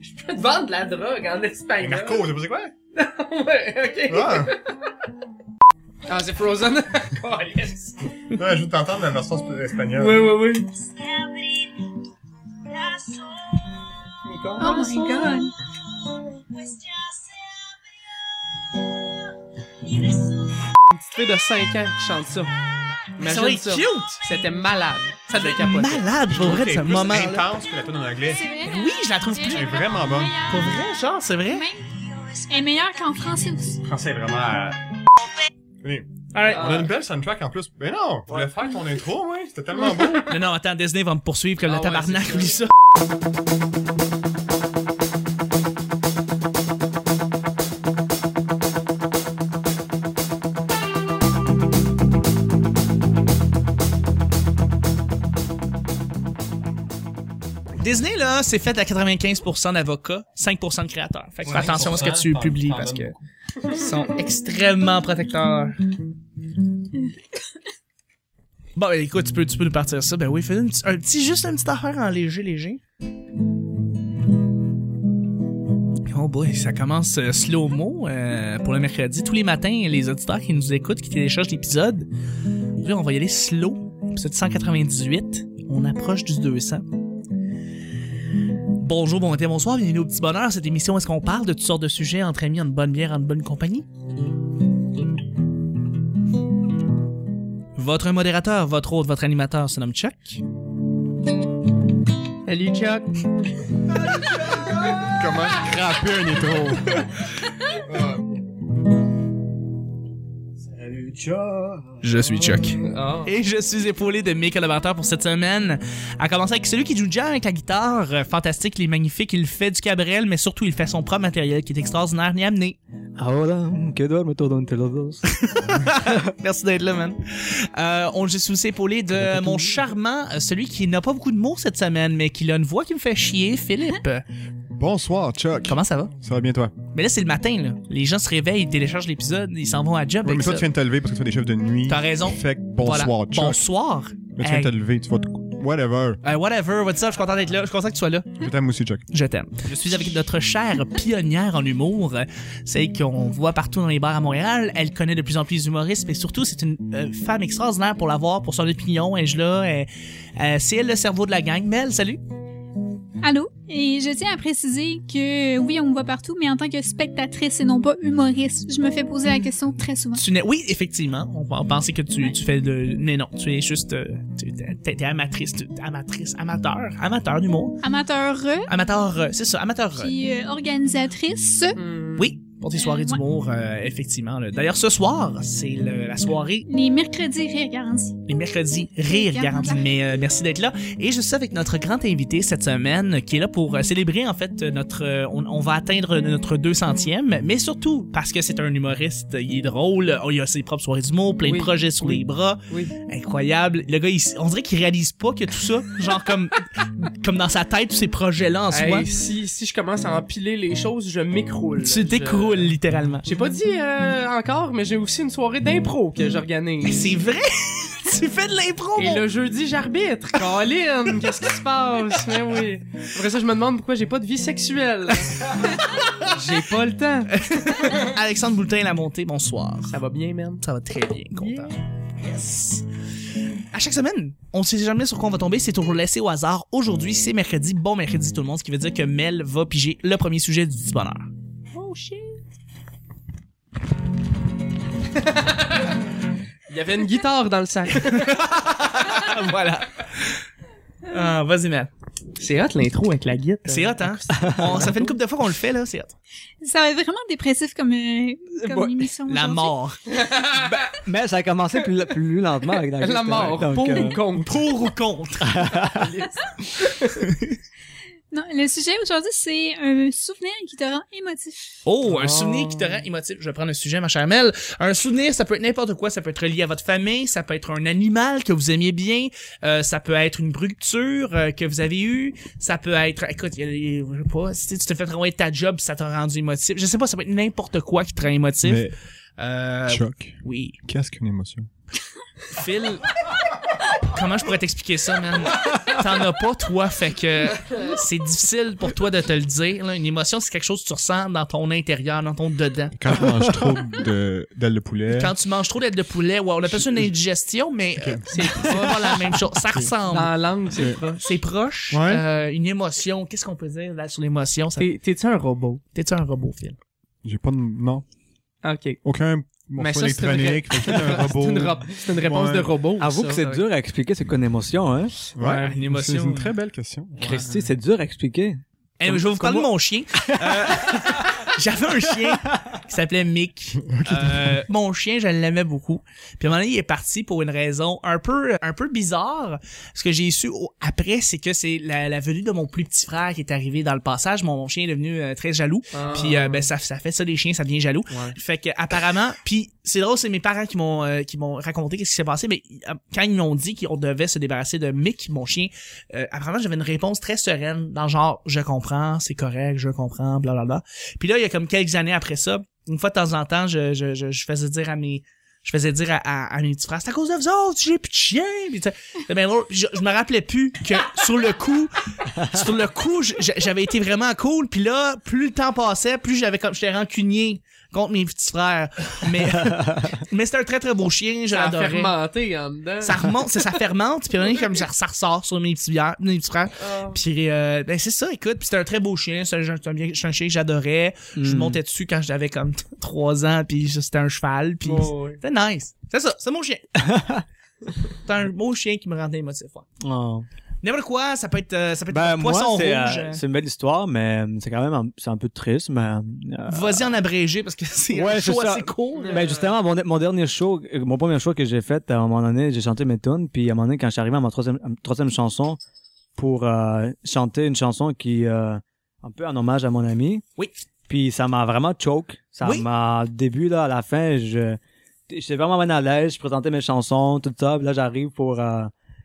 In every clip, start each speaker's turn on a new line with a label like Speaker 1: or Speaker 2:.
Speaker 1: Je peux te vendre de la drogue en
Speaker 2: Mais
Speaker 1: espagnol.
Speaker 2: Marco, c'est pas c'est quoi?
Speaker 1: ouais, ok.
Speaker 2: Ah!
Speaker 1: Ah, c'est Frozen. Calisse.
Speaker 2: Ouais, je veux t'entendre la version sp- espagnole.
Speaker 1: ouais, ouais, ouais.
Speaker 3: Oh my god.
Speaker 1: Une petite fille de 5 ans qui chante ça.
Speaker 4: Ça
Speaker 1: Imagine
Speaker 4: doit
Speaker 1: ça.
Speaker 4: être cute!
Speaker 1: C'était malade.
Speaker 4: Ça doit
Speaker 1: Je
Speaker 4: être
Speaker 1: capotais.
Speaker 4: malade, pour vrai, de
Speaker 2: C'est
Speaker 4: ce
Speaker 2: plus
Speaker 4: moment-là.
Speaker 2: intense que la tune en anglais.
Speaker 3: C'est vrai.
Speaker 4: Oui, je la trouve plus-
Speaker 2: Elle est vraiment bonne.
Speaker 4: Pour vrai, genre, c'est vrai.
Speaker 3: Même, elle est meilleure qu'en français aussi.
Speaker 2: Le français est vraiment... euh, Venez.
Speaker 4: Alright.
Speaker 2: On a une belle soundtrack en plus. Mais non, je voulais faire ton intro, moi. C'était tellement beau.
Speaker 4: Non, non, attends, Disney va me poursuivre comme
Speaker 1: Ah
Speaker 4: le
Speaker 1: ouais,
Speaker 4: tabarnak,
Speaker 1: c'est ça.
Speaker 4: oublie ça. Disney, là, c'est fait à 95% d'avocats, 5% de créateurs. Fait que fais
Speaker 2: Ouais,
Speaker 4: attention à ce que
Speaker 2: 5%,
Speaker 4: tu
Speaker 2: t'en-
Speaker 4: publies
Speaker 2: t'en
Speaker 4: parce que
Speaker 2: donnes
Speaker 4: ils sont extrêmement protecteurs. Bon, ben, écoute, tu peux, tu peux nous partir ça. Ben oui, fais un petit, un petit- juste une petite affaire en léger, léger. Oh boy, ça commence euh, slow-mo euh, pour le mercredi. Tous les matins, les auditeurs qui nous écoutent, qui téléchargent l'épisode, aujourd'hui, on va y aller slow. Épisode 198, on approche du 200. Bonjour, bon matin, bonsoir, bienvenue au Petit Bonheur. Cette émission, où est-ce qu'on parle de toutes sortes de sujets entre amis, en bonne bière, en bonne compagnie? Votre modérateur, votre hôte, votre animateur se nomme Chuck. Salut Chuck.
Speaker 2: Comment craper un intro. Salut, ciao.
Speaker 4: Je suis Chuck.
Speaker 1: Ah.
Speaker 4: Et je suis épaulé de mes collaborateurs pour cette semaine. À commencer avec celui qui joue déjà avec la guitare. Euh, Fantastique, il est magnifique, il fait du cabrel, mais surtout il fait son propre matériel qui est extraordinaire ni amené.
Speaker 2: Ah,
Speaker 5: Ahora quedarme todo entre los dos.
Speaker 4: Merci d'être là, man. Euh, on, je suis aussi épaulé de mon charmant, euh, celui qui n'a pas beaucoup de mots cette semaine, mais qui a une voix qui me fait chier, Philippe.
Speaker 2: Bonsoir, Chuck.
Speaker 4: Comment ça va?
Speaker 2: Ça va bien, toi?
Speaker 4: Mais là, c'est le matin, là. Les gens se réveillent, ils téléchargent l'épisode, ils s'en vont à job.
Speaker 2: Ouais, mais
Speaker 4: avec
Speaker 2: toi,
Speaker 4: ça.
Speaker 2: tu viens de te lever parce que tu fais des chefs de nuit.
Speaker 4: T'as raison.
Speaker 2: Fait que
Speaker 4: Voilà.
Speaker 2: bonsoir, Chuck.
Speaker 4: Bonsoir.
Speaker 2: Mais tu viens de
Speaker 4: Hey.
Speaker 2: te lever, tu vas te... Whatever.
Speaker 4: Euh, whatever, what's up, je suis content d'être là, je suis content que tu sois là.
Speaker 2: Je t'aime aussi, Chuck.
Speaker 4: Je t'aime. Je suis avec notre chère pionnière en humour, euh, celle qu'on voit partout dans les bars à Montréal. Elle connaît de plus en plus les humoristes, mais surtout, c'est une euh, femme extraordinaire pour l'avoir, pour son opinion, et je là. elle- euh, c'est elle le cerveau de la gang. Mel, salut.
Speaker 3: Allô? Et je tiens à préciser que oui, on me voit partout, mais en tant que spectatrice et non pas humoriste, je me fais poser la question très souvent.
Speaker 4: Tu n'es- Oui, effectivement. On, on pensait que tu, tu fais de... Mais non, tu es juste... euh, tu- T'es t'es amatrice. tu- Amatrice. Amateur. Amateur d'humour.
Speaker 3: Amateur,
Speaker 4: Amateur... euh, C'est ça, amateur. euh,
Speaker 3: puis euh, organisatrice.
Speaker 1: Hmm.
Speaker 4: Oui, pour tes soirées
Speaker 3: Euh, ouais.
Speaker 4: d'humour, euh, effectivement. là. D'ailleurs, ce soir, c'est le- la soirée
Speaker 3: Les mercredis rire garanti.
Speaker 4: les mercredis rire
Speaker 3: Rire
Speaker 4: garanti.
Speaker 3: garanti.
Speaker 4: Mais euh, merci d'être là. Et je suis avec notre grand invité cette semaine, euh, qui est là pour euh, célébrer en fait euh, notre. euh, on, on va atteindre notre 200e, mais surtout parce que c'est un humoriste, euh, il est drôle, euh, il a ses propres soirées d'humour, plein
Speaker 1: Oui.
Speaker 4: de projets sous
Speaker 1: Oui.
Speaker 4: les bras,
Speaker 1: Oui.
Speaker 4: incroyable. Le gars, il s- on dirait qu'il réalise pas que tout ça, genre comme comme dans sa tête tous ces projets-là en soi,
Speaker 1: Hey, si, si je commence à empiler les choses, je m'écroule.
Speaker 4: tu t'écroules
Speaker 1: Je-
Speaker 4: littéralement.
Speaker 1: J'ai pas dit euh, encore, mais j'ai aussi une soirée d'impro que
Speaker 4: Mais
Speaker 1: j'organise.
Speaker 4: c'est vrai, tu fais de l'impro.
Speaker 1: Et
Speaker 4: mon
Speaker 1: le jeudi, j'arbitre. Colin, qu'est-ce qui se passe? Mais oui. Après ça, je me demande pourquoi j'ai pas de vie sexuelle. j'ai pas le temps.
Speaker 4: Alexandre Boutin la montée, bonsoir.
Speaker 1: Ça va bien, man.
Speaker 4: Ça va très bien, content. Yes. À chaque semaine, on sait jamais sur quoi on va tomber, c'est toujours laissé au hasard. Aujourd'hui, c'est mercredi, bon mercredi tout le monde, ce qui veut dire que Mel va piger le premier sujet du petit bonheur.
Speaker 1: Oh shit. Il y avait une guitare dans le sac.
Speaker 4: Ah, voilà. Ah, vas-y Mel.
Speaker 1: C'est hot l'intro avec la guitare.
Speaker 4: C'est hot, hein? On- ça fait une couple de fois qu'on le fait, là, c'est hot.
Speaker 3: Ça va être vraiment dépressif comme, euh, comme
Speaker 1: Ouais.
Speaker 3: émission.
Speaker 4: La
Speaker 3: aujourd'hui.
Speaker 4: mort.
Speaker 5: Ben, Mais ça a commencé plus, plus lentement avec la
Speaker 1: La mort, pour ou
Speaker 5: euh,
Speaker 1: contre.
Speaker 4: Pour ou contre?
Speaker 3: Non, le sujet aujourd'hui, c'est un souvenir qui te rend émotif.
Speaker 4: Oh, un
Speaker 1: Oh.
Speaker 4: souvenir qui te rend émotif. Je vais prendre un sujet, ma chère Mel. Un souvenir, ça peut être n'importe quoi. Ça peut être lié à votre famille, ça peut être un animal que vous aimiez bien, euh, ça peut être une rupture euh, que vous avez eue, ça peut être... Écoute, il y a des- je sais pas, si tu te fais travailler de ta job, ça t'a rendu émotif. Je sais pas, ça peut être n'importe quoi qui te rend émotif.
Speaker 2: Mais,
Speaker 4: Euh,
Speaker 2: Chuck,
Speaker 4: oui.
Speaker 2: qu'est-ce qu'une émotion?
Speaker 4: Phil... Comment je pourrais t'expliquer ça, man? T'en as pas, toi, fait que c'est difficile pour toi de te le dire. là. Une émotion, c'est quelque chose que tu ressens dans ton intérieur, dans ton dedans.
Speaker 2: Quand on mange trop de- d'ailes de poulet.
Speaker 4: Quand tu manges trop d'ailes de poulet, ouais, on appelle ça une indigestion, mais euh, c'est pas la même chose. Ça ressemble.
Speaker 1: Dans la langue, c'est proche.
Speaker 4: C'est proche.
Speaker 2: Ouais.
Speaker 4: Euh, une émotion. Qu'est-ce qu'on peut dire là sur l'émotion? Ça...
Speaker 1: T'es- T'es-tu un robot?
Speaker 4: T'es-tu un robot, Phil?
Speaker 2: J'ai pas de. Non.
Speaker 1: Ok.
Speaker 2: Aucun
Speaker 1: Mais
Speaker 2: morceau
Speaker 1: ça, c'est une-
Speaker 2: électronique. fait que C'est un robot.
Speaker 1: C'est une, rap- c'est une réponse
Speaker 2: Ouais.
Speaker 1: de robot.
Speaker 5: Avoue
Speaker 1: ça,
Speaker 5: que c'est
Speaker 1: ça.
Speaker 5: dur à expliquer c'est quoi une émotion, hein?
Speaker 2: Ouais,
Speaker 4: une émotion.
Speaker 2: C'est une très belle question.
Speaker 5: Christy, c'est dur à expliquer.
Speaker 4: Eh, je vais vous parler de mon chien. Euh, J'avais un chien qui s'appelait Mick. Euh, mon chien, je l'aimais beaucoup. Puis à un moment donné, il est parti pour une raison un peu, un peu bizarre. Ce que j'ai su au- après, c'est que c'est la, la venue de mon plus petit frère qui est arrivé dans le passage. Mon, mon chien est devenu euh, très jaloux.
Speaker 1: Ah.
Speaker 4: Puis euh, ben ça, ça fait ça les chiens, ça devient jaloux.
Speaker 1: Ouais.
Speaker 4: Fait que apparemment, puis c'est drôle, c'est mes parents qui m'ont euh, qui m'ont raconté qu'est-ce qui s'est passé, mais euh, quand ils m'ont dit qu'on devait se débarrasser de Mick, mon chien, euh, apparemment j'avais une réponse très sereine dans le genre je comprends, c'est correct, je comprends, bla bla bla. Puis là il y a comme quelques années après ça, une fois de temps en temps, je je je, je faisais dire à mes je faisais dire à, à, à mes petits frères, c'est à cause de vous autres, j'ai plus de chien. Puis, tu sais, c'est bien drôle. Puis je, je me rappelais plus que sur le coup, sur le coup, j- j- j'avais été vraiment cool. Puis là, plus le temps passait, plus j'avais comme j'étais rancunier contre mes petits frères. Mais mais c'était un très très beau chien, je
Speaker 1: Ça a
Speaker 4: l'adorais.
Speaker 1: fermenté en dedans.
Speaker 4: Ah. Ça remonte, c'est- ça fermente, puis on comme ça, ça ressort sur mes petits, bières- mes petits frères.
Speaker 1: Ah.
Speaker 4: Puis euh, ben c'est ça, écoute, puis c'était un très beau chien, c'est un, c'est un bien- c'est un chien que j'adorais. Je
Speaker 5: Hmm.
Speaker 4: montais dessus quand j'avais comme 3 ans, puis c'était un cheval, puis
Speaker 1: Ouais, ouais.
Speaker 4: c'était nice. C'est ça, c'est mon chien. c'est un beau chien qui me rendait émotif. ouais.
Speaker 5: Oh.
Speaker 4: N'importe quoi, ça peut être euh, ça peut être
Speaker 5: Ben, moi,
Speaker 4: poisson
Speaker 5: c'est
Speaker 4: rouge.
Speaker 5: euh, c'est une belle histoire, mais euh, c'est quand même un, c'est un peu triste, mais... euh,
Speaker 4: Vas-y en abrégé parce que c'est un
Speaker 5: Ouais,
Speaker 4: show
Speaker 5: c'est ça.
Speaker 4: assez court.
Speaker 5: Ben justement, mon, mon dernier show, euh, mon premier show que j'ai fait, à un moment donné, j'ai chanté mes tunes, puis à un moment donné, quand je suis arrivé à ma troisième, à ma troisième chanson, pour euh, chanter une chanson qui, euh, un peu en hommage à mon ami.
Speaker 4: Oui.
Speaker 5: Puis ça m'a vraiment choke. Ça
Speaker 4: Oui.
Speaker 5: m'a, du début là, à la fin, je, j'étais vraiment mal à l'aise, je présentais mes chansons, tout ça, puis là, j'arrive pour, euh,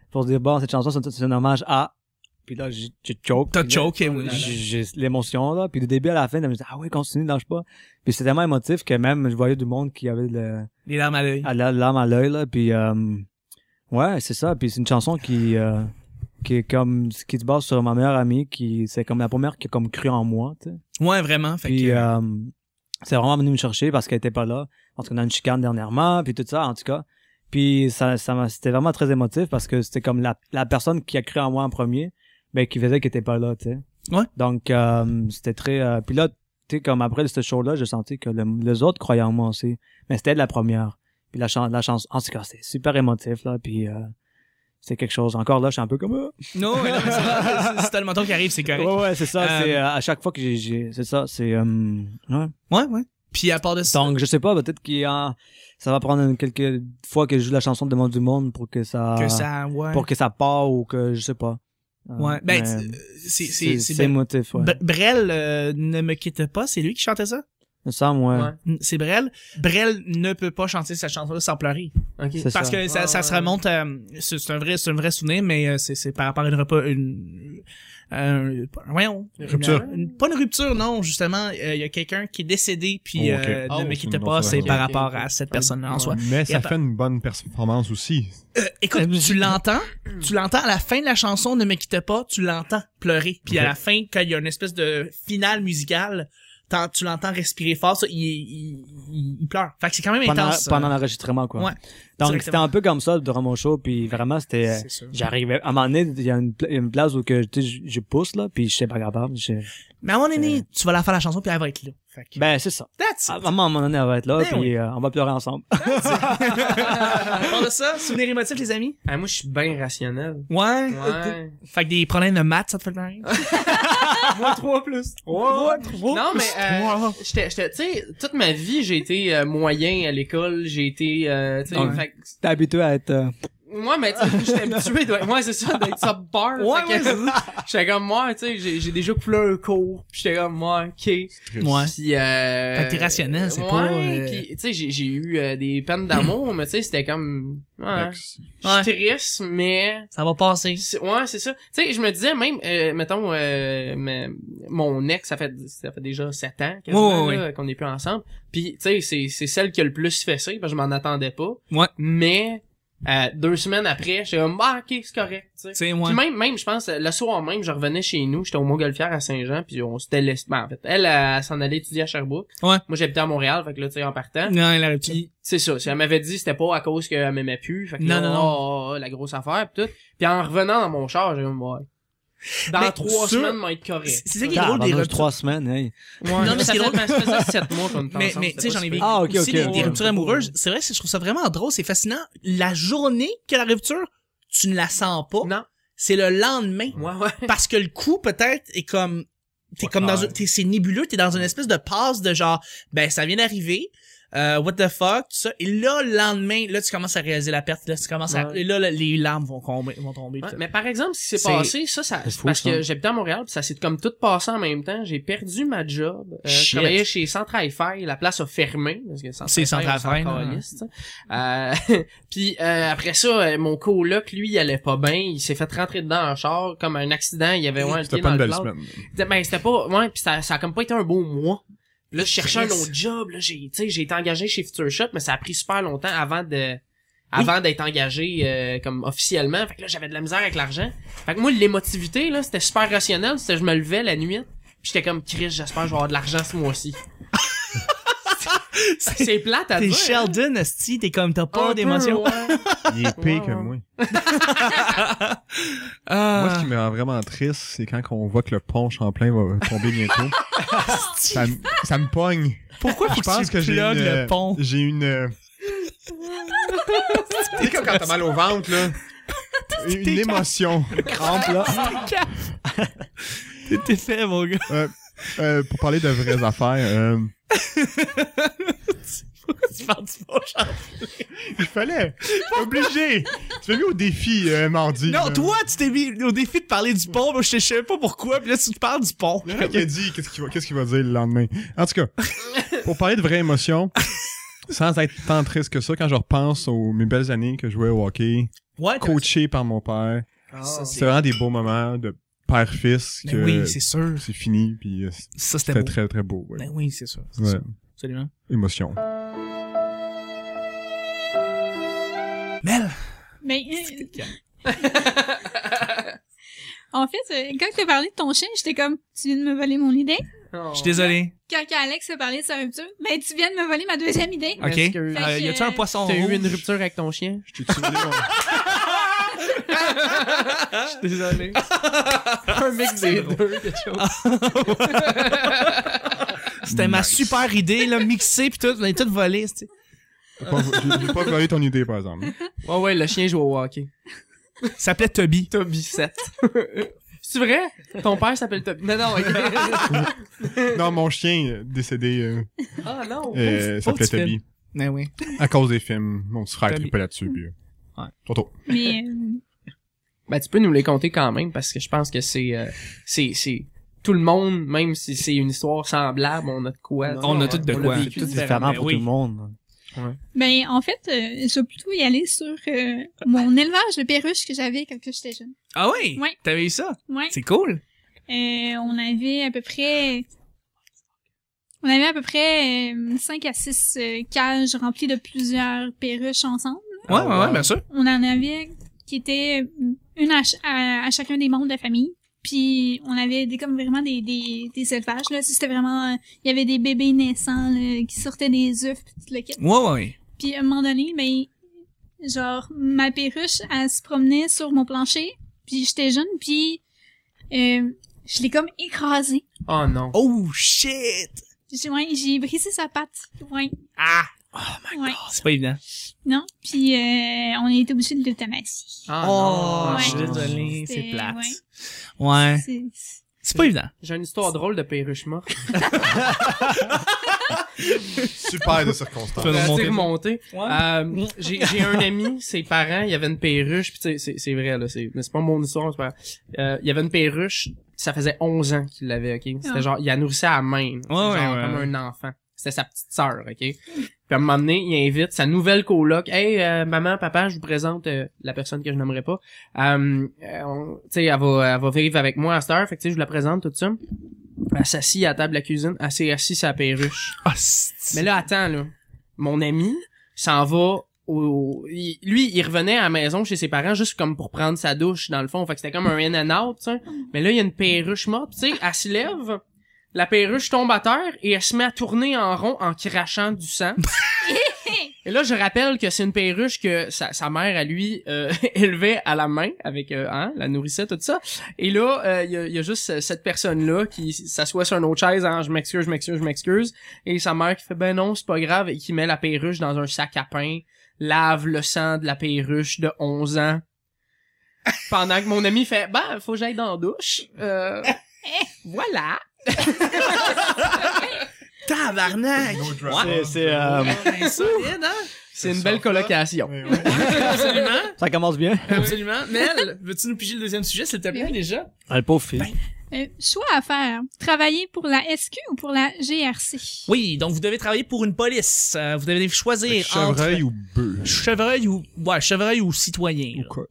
Speaker 5: pour se dire, bon, cette chanson, c'est c'est un hommage à, puis là, j'ai j'ai choke.
Speaker 4: T'as
Speaker 5: Puis là,
Speaker 4: choqué, oui.
Speaker 5: j'ai j'ai l'émotion là puis du début à la fin elle me disait ah oui continue lâche pas puis c'était tellement émotif que même je voyais du monde qui avait le
Speaker 4: Les larmes à l'œil.
Speaker 5: à la larme à l'œil là puis euh, ouais c'est ça puis c'est une chanson qui euh, qui est comme qui se base sur ma meilleure amie qui c'est comme la première qui a comme cru en moi tu sais
Speaker 4: Ouais, vraiment. Fait
Speaker 5: puis
Speaker 4: que,
Speaker 5: euh, c'est vraiment venu me chercher parce qu'elle était pas là parce qu'on a eu une chicane dernièrement puis tout ça en tout cas puis ça ça m'a- c'était vraiment très émotif parce que c'était comme la la personne qui a cru en moi en premier mais qui faisait qu'elle était pas là tu sais
Speaker 4: Ouais.
Speaker 5: donc euh, c'était très euh, puis là tu sais comme après ce show là j'ai senti que le- les autres croyaient en moi aussi mais c'était la première puis la chance la chance en tout cas c'était super émotif là puis euh, c'est quelque chose encore là je suis un peu comme Ah!
Speaker 4: Non, ouais, non, mais c'est- c'est- c'est le menton qui arrive, c'est correct.
Speaker 5: ouais ouais c'est ça
Speaker 4: Euh,
Speaker 5: c'est euh, à chaque fois que j'ai- j'ai c'est ça c'est euh, ouais
Speaker 4: Ouais, ouais. Puis à part de ça,
Speaker 5: donc, je sais pas, peut-être qu'il y a, ça va prendre une- quelques fois que je joue la chanson devant du monde pour que ça,
Speaker 4: que ça, ouais.
Speaker 5: pour que ça part ou que je sais pas. Euh,
Speaker 4: Ouais. Ben,
Speaker 5: mais
Speaker 4: c'est, c'est,
Speaker 5: c'est,
Speaker 4: c'est, ben,
Speaker 5: c'est émotif, ouais.
Speaker 4: Bre- Brel euh, ne me quitte pas, c'est lui qui chantait ça?
Speaker 5: Il me semble, ouais.
Speaker 1: Ouais.
Speaker 4: Mm, C'est Brel. Brel ne peut pas chanter cette chanson-là sans pleurer.
Speaker 1: Ok.
Speaker 5: C'est
Speaker 4: Parce
Speaker 5: ça.
Speaker 4: que ça,
Speaker 1: Ah,
Speaker 4: ça se
Speaker 1: ouais.
Speaker 4: remonte à... C'est c'est un vrai, c'est un vrai souvenir, mais euh, c'est, c'est par rapport à une repas... Une, euh, voyons.
Speaker 1: Une
Speaker 2: rupture.
Speaker 4: Une- pas une rupture, non. Justement, euh, il y a quelqu'un qui est décédé, puis
Speaker 2: Oh, ok.
Speaker 4: euh,
Speaker 2: Oh,
Speaker 4: ne me
Speaker 2: c'est
Speaker 4: quitte
Speaker 2: une
Speaker 4: pas,
Speaker 2: autre
Speaker 4: c'est
Speaker 2: raison.
Speaker 4: par
Speaker 1: Ok, ok,
Speaker 4: rapport
Speaker 1: ok.
Speaker 4: à cette personne-là en
Speaker 1: Ouais.
Speaker 4: soi.
Speaker 2: Mais ça
Speaker 4: attends.
Speaker 2: fait une bonne performance aussi.
Speaker 4: Écoute, tu l'entends, tu l'entends à la fin de la chanson Ne me quitte pas, tu l'entends pleurer. Puis à
Speaker 2: Ok.
Speaker 4: la fin, quand il y a une espèce de finale musicale, t'en- tu l'entends respirer fort, ça, il, il, il- il pleure. Fait que c'est quand même
Speaker 5: Pendant,
Speaker 4: intense.
Speaker 5: pendant l'enregistrement, quoi.
Speaker 4: Ouais.
Speaker 5: Donc, c'était
Speaker 4: Directement.
Speaker 5: un peu comme ça durant mon show, puis vraiment, c'était, euh,
Speaker 4: C'est sûr.
Speaker 5: j'arrivais, à un moment donné, il y a une, pla- une place où que, tu sais, je, je pousse, là, puis je sais pas capable, je-
Speaker 4: Mais à un moment donné, tu vas la faire la chanson, puis elle va être là. Fait que...
Speaker 5: ben, c'est ça.
Speaker 4: That's
Speaker 5: À un
Speaker 4: it.
Speaker 5: moment à un moment donné, elle va être là,
Speaker 4: Ben
Speaker 5: puis
Speaker 4: oui.
Speaker 5: euh, on va pleurer ensemble.
Speaker 4: À part de ça, souvenir émotif, les amis?
Speaker 1: Ah, moi, je suis bien rationnel.
Speaker 4: Ouais.
Speaker 1: Ouais.
Speaker 4: Fait que des problèmes de maths, ça te fait le rien?
Speaker 1: Moi, trois plus. Non, mais, euh, j'étais, j'étais, tu sais, toute ma vie, j'ai été euh, moyen à l'école, j'ai été, euh, tu sais,
Speaker 5: Ouais.
Speaker 1: fait que-
Speaker 5: T'es habitué à être, euh,
Speaker 1: moi, mais tu sais, j'étais habitué, de- ouais, c'est ça, d'être sub bar.
Speaker 4: Ouais,
Speaker 1: fait que- j'étais comme, moi, tu sais, j'ai, j'ai déjà coulé un cours, pis j'étais comme, moi, ok.
Speaker 4: Ouais.
Speaker 1: Puis, euh,
Speaker 4: Fait que t'es rationnel, c'est
Speaker 1: ouais,
Speaker 4: pas, euh,
Speaker 1: puis, tu sais, j'ai, j'ai eu euh, des peines d'amour, mais tu sais, c'était comme, ouais,
Speaker 4: Ouais.
Speaker 1: je suis triste, mais
Speaker 4: Ça va passer.
Speaker 1: c'est- Ouais, c'est ça. Tu sais, je me disais même, euh, mettons, euh, ma- mon ex, ça fait, ça fait déjà sept ans quasiment,
Speaker 4: Ouais, ouais,
Speaker 1: là, qu'on est plus ensemble. Puis, tu sais, c'est, c'est celle qui a le plus fessé, parce que je m'en attendais pas.
Speaker 4: Ouais.
Speaker 1: Mais euh, deux semaines après, j'étais comme, ah, ok, c'est correct, tu sais.
Speaker 4: Tu sais, moi.
Speaker 1: Puis même, même, je pense, le soir même, je revenais chez nous, j'étais au Montgolfière à Saint-Jean, puis on s'était laissé, ben, en fait, elle, elle, elle s'en allait étudier à Sherbrooke.
Speaker 4: Ouais.
Speaker 1: Moi, j'habitais à Montréal, fait que là, tu sais, en partant.
Speaker 4: Non, il arrive
Speaker 1: Puis, c'est ça, si elle m'avait dit, c'était pas à cause qu'elle m'aimait plus, fait que là,
Speaker 4: Non, non, non.
Speaker 1: oh, oh, oh, la grosse affaire, pis tout. Puis en revenant dans mon char, j'ai dit, ouais. Dans
Speaker 4: Mais
Speaker 1: trois
Speaker 4: sûr-
Speaker 1: semaines, on va être correct.
Speaker 4: C'est ça qui est drôle des
Speaker 5: Dans
Speaker 4: ruptures.
Speaker 5: trois semaines, hey.
Speaker 1: non, mais ça
Speaker 4: c'est
Speaker 1: fait,
Speaker 4: drôle.
Speaker 1: ça faisait sept mois qu'on était
Speaker 4: Mais,
Speaker 1: ensemble,
Speaker 4: mais tu
Speaker 1: c'était pas
Speaker 4: sais, j'en ai
Speaker 1: si
Speaker 4: vécu
Speaker 1: pire.
Speaker 5: Ah, ok,
Speaker 4: aussi
Speaker 5: ok,
Speaker 4: des,
Speaker 5: ouais.
Speaker 4: des ruptures amoureuses. C'est vrai que je trouve ça vraiment drôle, c'est fascinant. La journée que la rupture, tu ne la sens pas.
Speaker 1: Non.
Speaker 4: C'est le lendemain.
Speaker 1: Ouais, ouais.
Speaker 4: Parce que le coup, peut-être, est comme, t'es
Speaker 2: Pas
Speaker 4: comme dans
Speaker 2: clair.
Speaker 4: une, t'es, c'est nébuleux, t'es dans une espèce de passe de genre, ben, ça vient d'arriver, euh, what the fuck, tout ça. Et là, le lendemain, là, tu commences à réaliser la perte, là, tu commences à,
Speaker 1: Ouais.
Speaker 4: et là, là, les larmes vont tomber, vont tomber.
Speaker 1: Ouais,
Speaker 4: tout ça.
Speaker 1: mais par exemple, ce qui s'est
Speaker 4: C'est-
Speaker 1: passé, ça, ça
Speaker 5: C'est fou,
Speaker 1: parce
Speaker 5: ça.
Speaker 1: que j'habitais à Montréal, puis ça s'est comme tout passé en même temps. J'ai perdu ma job. Euh, je
Speaker 4: Shit.
Speaker 1: travaillais chez Central Fair, la place a fermé parce que Central
Speaker 4: C'est
Speaker 1: Fair,
Speaker 4: Central
Speaker 1: on s'en
Speaker 4: Fair, non?
Speaker 1: calisse, tu sais. Euh, Puis euh, après ça, euh, mon coloc, lui, il allait pas bien. Il s'est fait rentrer dedans en char comme un accident. Il y avait Ben ouais, un pied
Speaker 2: C'était
Speaker 1: dans
Speaker 2: pas une
Speaker 1: le
Speaker 2: belle
Speaker 1: plâtre.
Speaker 2: semaine.
Speaker 1: C'était- Ben, c'était pas, ouais, pis ça, ça a comme pas été un beau mois. Là, je cherchais un
Speaker 4: Chris.
Speaker 1: autre job, là, j'ai, tu sais, j'ai été engagé chez Future Shop, mais ça a pris super longtemps avant de, avant d'être engagé, euh, comme officiellement. Fait que là, j'avais de la misère avec l'argent. Fait que moi, l'émotivité, là, c'était super rationnel, c'était je me levais la nuit, pis j'étais comme, Chris, j'espère que je vais avoir de l'argent ce mois-ci. C'est- C'est plate à
Speaker 4: T'es
Speaker 1: dire. hein?
Speaker 4: Sheldon, esti, t'es comme, t'as
Speaker 1: Un
Speaker 4: pas
Speaker 1: peu,
Speaker 4: d'émotion.
Speaker 1: ouais.
Speaker 2: Il est
Speaker 1: Ouais,
Speaker 2: pire que
Speaker 1: ouais.
Speaker 2: moi. Moi, ce
Speaker 4: Ah,
Speaker 2: qui me rend vraiment triste, c'est quand on voit que le pont Champlain va tomber bientôt. ça, me- ça me pogne.
Speaker 4: pourquoi
Speaker 2: Je
Speaker 4: faut que
Speaker 2: pense
Speaker 4: tu
Speaker 2: que j'ai une...
Speaker 4: plugues le
Speaker 2: euh,
Speaker 4: pont?
Speaker 2: J'ai une... euh, Tu sais, comme quand t'as mal au ventre, là. Une
Speaker 4: t'es-
Speaker 2: émotion.
Speaker 5: Crampe, là.
Speaker 4: T'es fait, mon gars.
Speaker 2: Euh, euh, pour parler de vraies affaires, euh,
Speaker 4: Tu parles du pont Champlain.
Speaker 2: il fallait, obligé. Tu m'as mis au défi euh, mardi.
Speaker 4: Non,
Speaker 2: là.
Speaker 4: toi, tu t'es mis au défi de parler du pont, moi, je sais pas pourquoi, puis là, tu te parles du pont.
Speaker 2: Le mec a dit qu'est-ce qu'il va, qu'est-ce qu'il va dire le lendemain. En tout cas, pour parler de vraies émotions, sans être tant triste que ça, quand je repense aux mes belles années que je jouais au hockey,
Speaker 4: Ouais, t'as-
Speaker 2: coaché par mon père,
Speaker 4: Ça,
Speaker 2: c'est vraiment des beaux moments de père-fils
Speaker 4: Ah, Ben
Speaker 2: que
Speaker 4: oui, c'est sûr.
Speaker 2: c'est fini, puis euh,
Speaker 4: Ça, c'était
Speaker 2: c'était
Speaker 4: beau.
Speaker 2: très très beau. Ouais.
Speaker 4: Ben oui, c'est sûr. c'est
Speaker 2: Ouais.
Speaker 4: sûr, Absolument.
Speaker 2: Émotion.
Speaker 4: Mel!
Speaker 3: Mais, en fait, euh, quand tu as parlé de ton chien, j'étais comme, tu viens de me voler mon idée.
Speaker 1: Oh.
Speaker 4: Je suis désolé.
Speaker 3: Quand Alex a parlé de sa rupture, ben, tu viens de me voler ma deuxième idée.
Speaker 4: OK.
Speaker 1: Est-ce que-
Speaker 4: Euh, y a-tu un poisson
Speaker 1: T'as eu une
Speaker 4: rouge?
Speaker 1: rupture avec ton chien?
Speaker 2: Je t'ai tué, mon-
Speaker 1: Désolé. un mix des deux, quelque chose.
Speaker 4: C'était ma
Speaker 2: Nice.
Speaker 4: super idée, là, mixée, puis tout, on est tout volé, tu sais.
Speaker 2: J'ai pas- J'ai j'ai pas volé ton idée, par exemple.
Speaker 1: Ouais, ouais, le chien joue au hockey.
Speaker 4: Ça s'appelait Toby.
Speaker 1: Toby 7. C'est vrai? Ton père s'appelle Toby. Non, non, ok.
Speaker 2: Non, mon chien euh, décédé euh,
Speaker 1: Ah non.
Speaker 2: euh, s'appelait
Speaker 4: pauvre petit
Speaker 2: Toby.
Speaker 4: Ben oui.
Speaker 2: À cause des films, mon petit frère
Speaker 4: Toby.
Speaker 2: trippait là-dessus. Puis, euh,
Speaker 4: Ouais.
Speaker 2: Toto.
Speaker 3: Mais, euh,
Speaker 1: Ben, tu peux nous les compter quand même parce que je pense que c'est, euh, c'est, c'est, tout le monde, même si c'est une histoire semblable, on a de quoi.
Speaker 5: Non,
Speaker 4: on a tout de
Speaker 1: l'a
Speaker 4: quoi.
Speaker 1: vécu
Speaker 5: C'est tout
Speaker 4: différent,
Speaker 5: différent
Speaker 4: mais
Speaker 5: pour
Speaker 4: oui.
Speaker 5: tout le monde.
Speaker 3: ben, en fait, euh, je vais plutôt y aller sur euh, mon élevage de perruches que j'avais quand que j'étais jeune.
Speaker 4: Ah oui?
Speaker 3: Ouais.
Speaker 4: T'avais eu ça?
Speaker 3: Ouais.
Speaker 4: C'est cool.
Speaker 3: Euh, on avait à peu près... On avait à peu près 5 à 6 cages remplies de plusieurs perruches ensemble.
Speaker 4: Ouais,
Speaker 1: Ah,
Speaker 4: ouais, ouais,
Speaker 1: wow.
Speaker 4: bien sûr.
Speaker 3: On en avait qui étaient une à, ch- à- à chacun des membres de la famille. Puis on avait des, comme vraiment des, des, des élevages. Là. C'était vraiment... euh, Il y avait des bébés naissants là, qui sortaient des œufs, puis tout le kit.
Speaker 4: Ouais, ouais, ouais.
Speaker 3: Puis à un moment donné, ben, genre, ma perruche, elle se promenait sur mon plancher. Puis j'étais jeune, puis euh, je l'ai comme écrasée.
Speaker 1: Oh non.
Speaker 4: Oh, shit!
Speaker 3: J'ai, ouais, j'ai brisé sa patte. Ouais,
Speaker 4: Ah! Oh, my
Speaker 3: Ouais.
Speaker 4: God. C'est pas évident.
Speaker 3: non. Puis euh, on a été obligé de l'euthanasie.
Speaker 1: Ah
Speaker 4: Oh,
Speaker 1: non.
Speaker 4: je suis
Speaker 1: Ah, non.
Speaker 4: désolé, c'est
Speaker 3: C'était-
Speaker 4: plate. ouais.
Speaker 3: C'est-
Speaker 4: C'est pas évident.
Speaker 1: J'ai une histoire drôle de perruche mort.
Speaker 2: Super de circonstances.
Speaker 4: Tu vas nous
Speaker 1: C'est
Speaker 4: montrer.
Speaker 1: remonté.
Speaker 4: Ouais.
Speaker 1: Euh, j'ai j'ai un ami, ses parents, il y avait une perruche, puis tu sais, c'est- c'est vrai là, c'est mais c'est pas mon histoire, c'est pas. Euh, il y avait une perruche, ça faisait 11 ans qu'il l'avait, OK. C'était
Speaker 3: Ah.
Speaker 1: genre il la nourrissait à la même,
Speaker 4: Ouais,
Speaker 1: genre
Speaker 4: ouais, ouais.
Speaker 1: comme un enfant. C'était sa petite sœur, OK. Puis à un moment donné, il invite sa nouvelle coloc. Hey euh, maman, papa, je vous présente euh, la personne que je n'aimerais pas. Euh, euh, on- tu sais, elle va elle va vivre avec moi à cette heure, fait que tu sais, je vous la présente tout ça. Elle s'assit à la table de la cuisine, elle s'est assise à la perruche.
Speaker 4: Ah,
Speaker 1: Mais
Speaker 4: c'est-
Speaker 1: là, attends, là. Mon ami s'en va au- il- lui, il revenait à la maison chez ses parents juste comme pour prendre sa douche, dans le fond. Fait que c'était comme un in and out, tu sais. Mais là, il y a une perruche morte, tu sais. Elle se lève, la perruche tombe à terre et elle se met à tourner en rond en crachant du sang. et là, je rappelle que c'est une perruche que sa, sa mère, à lui, euh, élevait à la main avec, euh, hein, la nourrissait, tout ça. Et là, euh, il y, a- il y a juste euh, cette personne-là qui s'assoit sur une autre chaise en je m'excuse, je m'excuse, je m'excuse. Et sa mère qui fait ben non, c'est pas grave et qui met la perruche dans un sac à pain, lave le sang de la perruche de 11 ans. Pendant que mon ami fait ben faut que j'aille dans la douche. Euh, voilà.
Speaker 4: Tabarnak!
Speaker 5: C'est- c'est, euh,
Speaker 4: Ben, solide, hein?
Speaker 1: C'est une belle colocation.
Speaker 4: Absolument,
Speaker 5: Ça commence bien.
Speaker 4: Ah absolument. Mel, veux-tu nous piger le deuxième sujet, s'il te plaît,
Speaker 3: Oui.
Speaker 4: déjà?
Speaker 5: Ah, le pauvre fille.
Speaker 4: Ben,
Speaker 3: Euh, choix à faire. Travailler pour la SQ ou pour la GRC?
Speaker 4: Oui, donc vous devez travailler pour une police. Euh, vous devez choisir
Speaker 2: Chevreuil ou
Speaker 4: entre
Speaker 2: bœuf?
Speaker 4: chevreuil ou ouais, chevreuil ou citoyen.
Speaker 2: Ou
Speaker 4: là.
Speaker 2: quoi?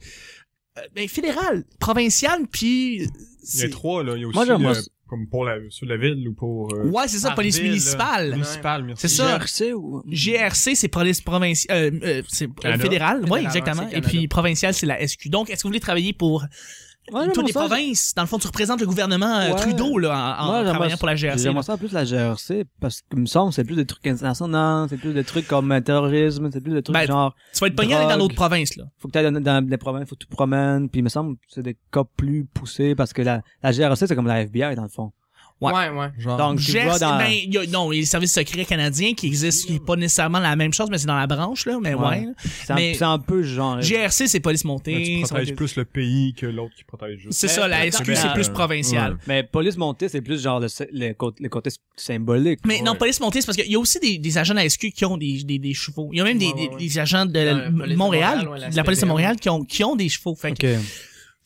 Speaker 4: Euh, ben, fédéral, provincial, puis
Speaker 2: Il y a
Speaker 4: c'est-
Speaker 2: trois, là. Il y a aussi,
Speaker 5: Moi, j'aime
Speaker 2: le-
Speaker 5: moi-
Speaker 2: comme pour la, sur la ville ou pour... euh,
Speaker 4: Ouais, c'est ça,
Speaker 2: par
Speaker 4: police
Speaker 2: ville, là.
Speaker 4: municipale.
Speaker 2: Municipale, merci.
Speaker 4: C'est ça.
Speaker 5: GRC ou...
Speaker 4: GRC, c'est police provinciale, euh, euh, c'est
Speaker 2: Canada.
Speaker 4: fédéral, oui,
Speaker 1: Fédéral,
Speaker 4: exactement.
Speaker 1: c'est
Speaker 4: Et puis
Speaker 1: Canada.
Speaker 4: provincial, c'est la SQ. Donc, est-ce que vous voulez travailler pour
Speaker 5: Ouais,
Speaker 4: toutes
Speaker 5: j'aimerais
Speaker 4: les
Speaker 5: ça,
Speaker 4: provinces Dans le fond, tu représentes le gouvernement euh,
Speaker 5: Ouais.
Speaker 4: Trudeau là, en, en
Speaker 5: Moi, j'aimerais
Speaker 4: travaillant
Speaker 5: ça-
Speaker 4: pour la GRC.
Speaker 5: J'aimerais ça plus la GRC parce que, me semble, c'est plus des trucs internationaux, c'est plus des trucs comme euh, terrorisme, c'est plus des trucs
Speaker 4: Ben,
Speaker 5: genre,
Speaker 4: Tu vas être pogné à aller dans
Speaker 5: Drogue.
Speaker 4: l'autre province là.
Speaker 5: faut que t'ailles dans, dans les provinces, faut que tu te promènes, puis me semble, c'est des cas plus poussés parce que la, la GRC, c'est comme la FBI, dans le fond.
Speaker 4: Ouais.
Speaker 1: ouais. ouais.
Speaker 2: Genre,
Speaker 5: Donc, tu
Speaker 4: GRC,
Speaker 5: vas dans...
Speaker 4: ben, il y a- non, il y a les services secrets canadiens qui existent, qui est pas nécessairement la même chose, mais c'est dans la branche là. Mais Ben ouais.
Speaker 5: Ouais.
Speaker 4: là.
Speaker 5: c'est, un,
Speaker 4: mais-
Speaker 5: c'est un peu genre...
Speaker 4: GRC, c'est police
Speaker 2: là,
Speaker 4: montée.
Speaker 2: tu
Speaker 4: ça va
Speaker 2: protèges
Speaker 4: être-
Speaker 2: plus le pays que l'autre qui protège juste.
Speaker 4: C'est ça, la
Speaker 5: Mais-
Speaker 4: SQ, c'est plus provincial.
Speaker 2: Ouais.
Speaker 5: Mais police montée, c'est plus genre le, le, côté- le côté symbolique.
Speaker 4: Mais non,
Speaker 2: Ouais.
Speaker 4: police montée, c'est parce qu'il y a aussi des, des agents de la SQ qui ont des, des, des chevaux. Il y a même des,
Speaker 1: Ouais, ouais,
Speaker 4: des-
Speaker 1: ouais.
Speaker 4: des agents de
Speaker 1: la
Speaker 4: la-
Speaker 1: police de
Speaker 4: Montréal,
Speaker 1: Montréal, ouais, la
Speaker 4: de la police de
Speaker 1: SPVM.
Speaker 4: Montréal, qui ont, qui ont des chevaux. Fait que
Speaker 5: Ok.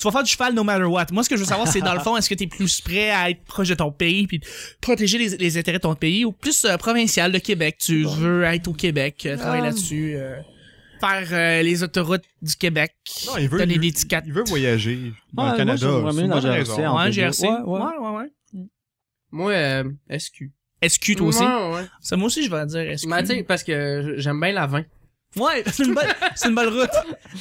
Speaker 4: tu vas faire du cheval no matter what. Moi, ce que je veux savoir, c'est dans le fond, est-ce que t'es plus prêt à être proche de ton pays puis de protéger les, les intérêts de ton pays ou plus euh, provincial de Québec? Tu veux être au Québec, euh,
Speaker 1: Ah.
Speaker 4: travailler là-dessus, euh, faire euh, les autoroutes du Québec,
Speaker 2: Non, il veut,
Speaker 4: donner
Speaker 2: il,
Speaker 4: des tickets.
Speaker 2: il veut voyager dans
Speaker 5: Ouais,
Speaker 2: le
Speaker 5: moi,
Speaker 2: Canada.
Speaker 5: j'aimerais
Speaker 2: c'est
Speaker 5: mieux
Speaker 2: une
Speaker 5: dans
Speaker 2: bonne
Speaker 5: GRC,
Speaker 2: raison.
Speaker 5: en
Speaker 4: Ouais,
Speaker 5: fait.
Speaker 4: GRC.
Speaker 5: Ouais,
Speaker 4: Ouais,
Speaker 5: ouais.
Speaker 4: ouais, ouais.
Speaker 1: Moi euh, SQ.
Speaker 4: SQ, toi aussi?
Speaker 1: Ouais, ouais.
Speaker 4: Ça, moi aussi, je vais dire SQ.
Speaker 1: Mais tu sais, parce que j'aime bien la vin.
Speaker 4: Ouais, c'est une bonne, c'est une bonne route.